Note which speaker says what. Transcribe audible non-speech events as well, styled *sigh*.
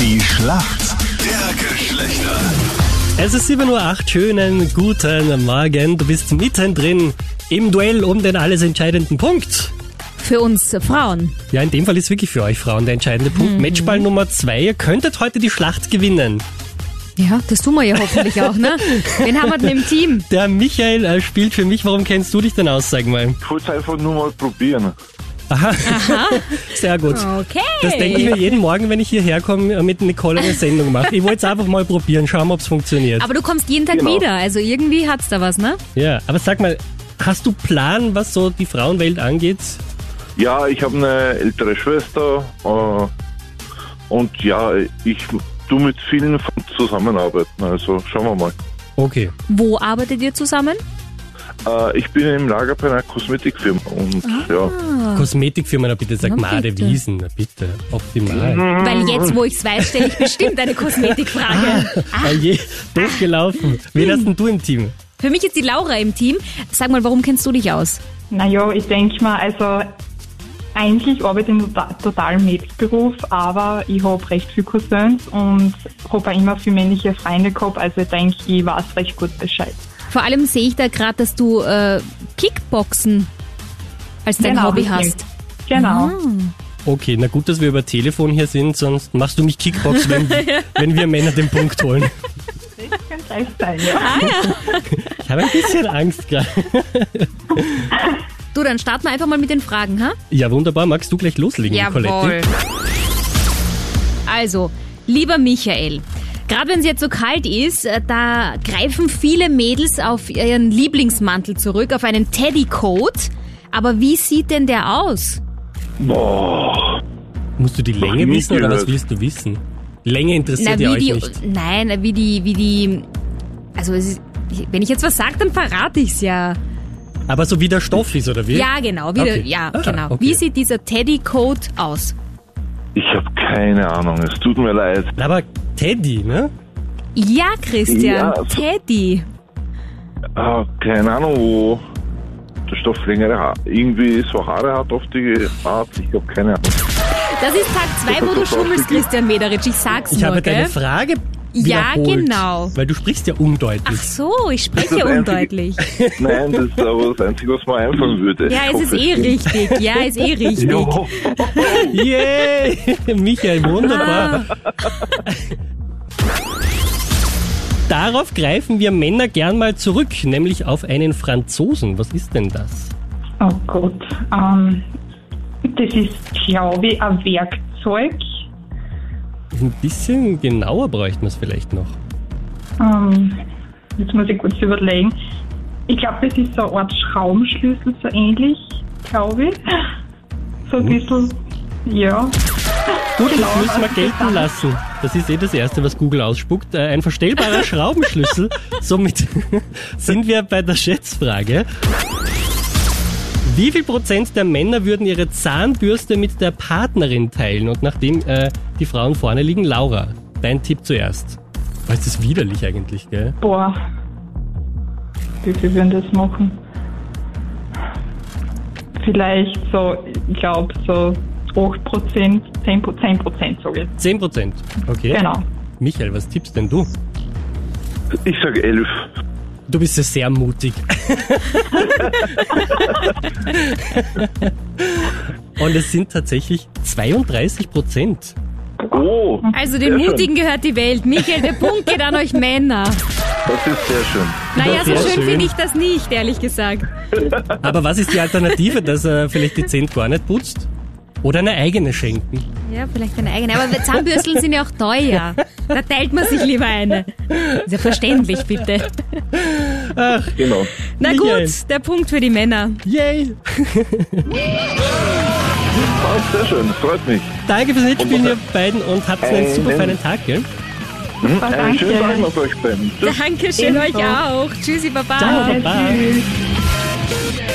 Speaker 1: Die Schlacht der Geschlechter.
Speaker 2: Es ist 7.08 Uhr, schönen guten Morgen. Du bist mittendrin im Duell um den alles entscheidenden Punkt.
Speaker 3: Für uns Frauen.
Speaker 2: Ja, in dem Fall ist wirklich für euch Frauen der entscheidende Punkt. Matchball Nummer 2, ihr könntet heute die Schlacht gewinnen.
Speaker 3: Ja, das tun wir ja hoffentlich auch, *laughs* ne? Wen haben wir denn im Team?
Speaker 2: Der Michael äh, spielt für mich, warum kennst du dich denn aus, sag mal.
Speaker 4: Ich wollte es einfach nur mal probieren.
Speaker 2: *laughs* Sehr gut.
Speaker 3: Okay.
Speaker 2: Das denke ich mir jeden Morgen, wenn ich hierher komme äh, mit Nicole eine Sendung mache. Ich wollte es einfach mal probieren, schauen, ob es funktioniert.
Speaker 3: Aber du kommst jeden Tag
Speaker 4: Genau.
Speaker 3: wieder, also irgendwie hat's da was, ne?
Speaker 2: ja, aber sag mal, hast du Plan, was so die Frauenwelt angeht?
Speaker 4: Ja, ich habe eine ältere Schwester äh, und ja, ich tu mit vielen von zusammenarbeiten. Also schauen wir mal.
Speaker 2: Okay.
Speaker 3: Wo arbeitet ihr zusammen?
Speaker 4: Äh, ich bin im Lager bei einer Kosmetikfirma und
Speaker 3: Ah.
Speaker 4: ja.
Speaker 2: Kosmetikfirma, na bitte, sag
Speaker 3: Na
Speaker 2: Made
Speaker 3: bitte.
Speaker 2: Wiesen, na bitte, optimal.
Speaker 3: Weil jetzt, wo ich's weiß, stelle ich bestimmt
Speaker 2: *laughs*
Speaker 3: eine Kosmetikfrage.
Speaker 2: Ah, je, doof gelaufen.
Speaker 3: Ah. Mhm.
Speaker 2: Wen hast denn du im Team?
Speaker 3: Für mich ist die Laura im Team. Sag mal, warum kennst du dich aus?
Speaker 5: Naja, ich denke mir, also eigentlich arbeite ich in tota- total Mädelsberuf, aber ich habe recht viel Cousins und habe auch immer viele männliche Freunde gehabt, also ich denke, ich weiß recht gut Bescheid.
Speaker 3: Vor allem sehe ich da gerade, dass du äh, Kickboxen als dein
Speaker 5: Genau,
Speaker 3: Hobby
Speaker 5: ich
Speaker 3: hast.
Speaker 5: Genau.
Speaker 2: Okay, na gut, dass wir über Telefon hier sind, sonst machst du mich Kickbox,
Speaker 3: *laughs*
Speaker 2: wenn, wenn wir Männer den Punkt holen.
Speaker 5: Kann gleich sein, ja.
Speaker 2: Ich habe ein bisschen Angst gerade.
Speaker 3: Du, dann starten wir einfach mal mit den Fragen, ha?
Speaker 2: Ja, wunderbar, magst du gleich loslegen, Nicoletti?
Speaker 3: Also, lieber Michael, gerade wenn es jetzt so kalt ist, äh, da greifen viele Mädels auf ihren Lieblingsmantel zurück, auf einen Teddycoat. Aber wie sieht denn der aus?
Speaker 4: Boah.
Speaker 2: Musst du die
Speaker 4: Noch
Speaker 2: Länge
Speaker 4: nie
Speaker 2: wissen oder was
Speaker 4: gehört.
Speaker 2: willst du wissen? Länge interessiert ja
Speaker 3: wie
Speaker 2: euch
Speaker 3: die,
Speaker 2: nicht.
Speaker 3: nein, na, wie die, wie die, also es ist, wenn ich jetzt was sage, dann verrate ich's ja.
Speaker 2: Aber so wie der Stoff ist, oder wie?
Speaker 3: Ja, genau, wie
Speaker 2: Okay.
Speaker 3: der, ja,
Speaker 2: Ah,
Speaker 3: genau.
Speaker 2: okay.
Speaker 3: Wie sieht dieser Teddycoat aus?
Speaker 4: Ich habe keine Ahnung, es tut mir leid.
Speaker 2: Aber Teddy, ne?
Speaker 3: Ja, Christian,
Speaker 4: Ja, so-
Speaker 3: Teddy.
Speaker 4: Äh, keine Ahnung, wo der Stoff längere Haare, irgendwie so Haare hat auf die Art. Ich habe keine
Speaker 3: *laughs*
Speaker 4: Ahnung.
Speaker 3: Das ist Tag 2, wo du schummelst, Christian Mederitsch. Ich sag's
Speaker 2: Ich
Speaker 3: nur,
Speaker 2: habe
Speaker 3: gell?
Speaker 2: deine Frage
Speaker 3: Ja,
Speaker 2: wiederholt,
Speaker 3: genau.
Speaker 2: Weil du sprichst ja undeutlich.
Speaker 3: Ach so, ich
Speaker 4: Das
Speaker 3: spreche
Speaker 4: ist das
Speaker 3: undeutlich.
Speaker 4: Nein, das ist aber das Einzige, was mir einfallen würde.
Speaker 3: Ja,
Speaker 4: Ich
Speaker 3: es ist
Speaker 4: hoffe,
Speaker 3: eh
Speaker 4: stimmt.
Speaker 3: richtig. Ja,
Speaker 4: *laughs*
Speaker 3: ist eh richtig.
Speaker 4: Jo.
Speaker 2: Yay! *laughs* Michael, wunderbar. Darauf greifen wir Männer gern mal zurück, nämlich auf einen Franzosen. Was ist denn das?
Speaker 5: Oh Gott. Ähm, das ist, glaube ich, ein Werkzeug.
Speaker 2: Ein bisschen genauer bräuchten wir es vielleicht noch.
Speaker 5: Ähm, jetzt muss ich kurz überlegen. Ich glaube, das ist so eine Art Schraubenschlüssel, so ähnlich, glaube ich. So ein bisschen, ja.
Speaker 2: Gut, das
Speaker 5: Genau,
Speaker 2: müssen wir
Speaker 5: was ist
Speaker 2: gelten
Speaker 5: das?
Speaker 2: lassen. Das ist eh das Erste, was Google ausspuckt. Äh, Ein verstellbarer Schraubenschlüssel. Somit *laughs* sind wir bei der Schätzfrage. Wie viel Prozent der Männer würden ihre Zahnbürste mit der Partnerin teilen? Und nachdem äh, die Frauen vorne liegen, Laura, dein Tipp zuerst. Oh, ist das widerlich eigentlich, gell?
Speaker 5: Boah. Wie viel würden das machen? Vielleicht so, ich glaube, so 8%, 10%, 10 sage ich.
Speaker 2: 10 Prozent. Okay.
Speaker 5: Genau.
Speaker 2: Michael, was tippst denn du?
Speaker 4: Ich sag elf.
Speaker 2: Du bist ja sehr mutig. Und es sind tatsächlich 32 Prozent.
Speaker 4: Oh,
Speaker 3: Also den
Speaker 4: sehr
Speaker 3: Mutigen gehört die Welt. Michael, der Punkt geht an euch Männer.
Speaker 4: Schön. Das ist sehr schön.
Speaker 3: Naja, so
Speaker 2: sehr
Speaker 3: schön
Speaker 2: schön.
Speaker 3: finde ich das nicht, ehrlich gesagt.
Speaker 2: Aber was ist die Alternative, dass er vielleicht die 10 gar nicht putzt? Oder eine eigene schenken?
Speaker 3: Ja, vielleicht eine eigene. Aber Zahnbürsteln sind ja auch teuer. Da teilt man sich lieber eine. Ist ja verständlich, bitte.
Speaker 4: Genau.
Speaker 3: Na
Speaker 2: Michael.
Speaker 3: gut, der Punkt für die Männer.
Speaker 2: Yay!
Speaker 4: Ah, sehr schön, freut mich.
Speaker 2: Danke fürs Mitspielen, ihr beiden, und habt einen
Speaker 4: Einen-
Speaker 2: super feinen Tag, gell?
Speaker 4: Hm,
Speaker 5: danke.
Speaker 4: einen schönen Tag noch euch beiden. Tschüss.
Speaker 3: Dankeschön euch auch. Tschüssi, Baba.
Speaker 2: Ciao, Baba.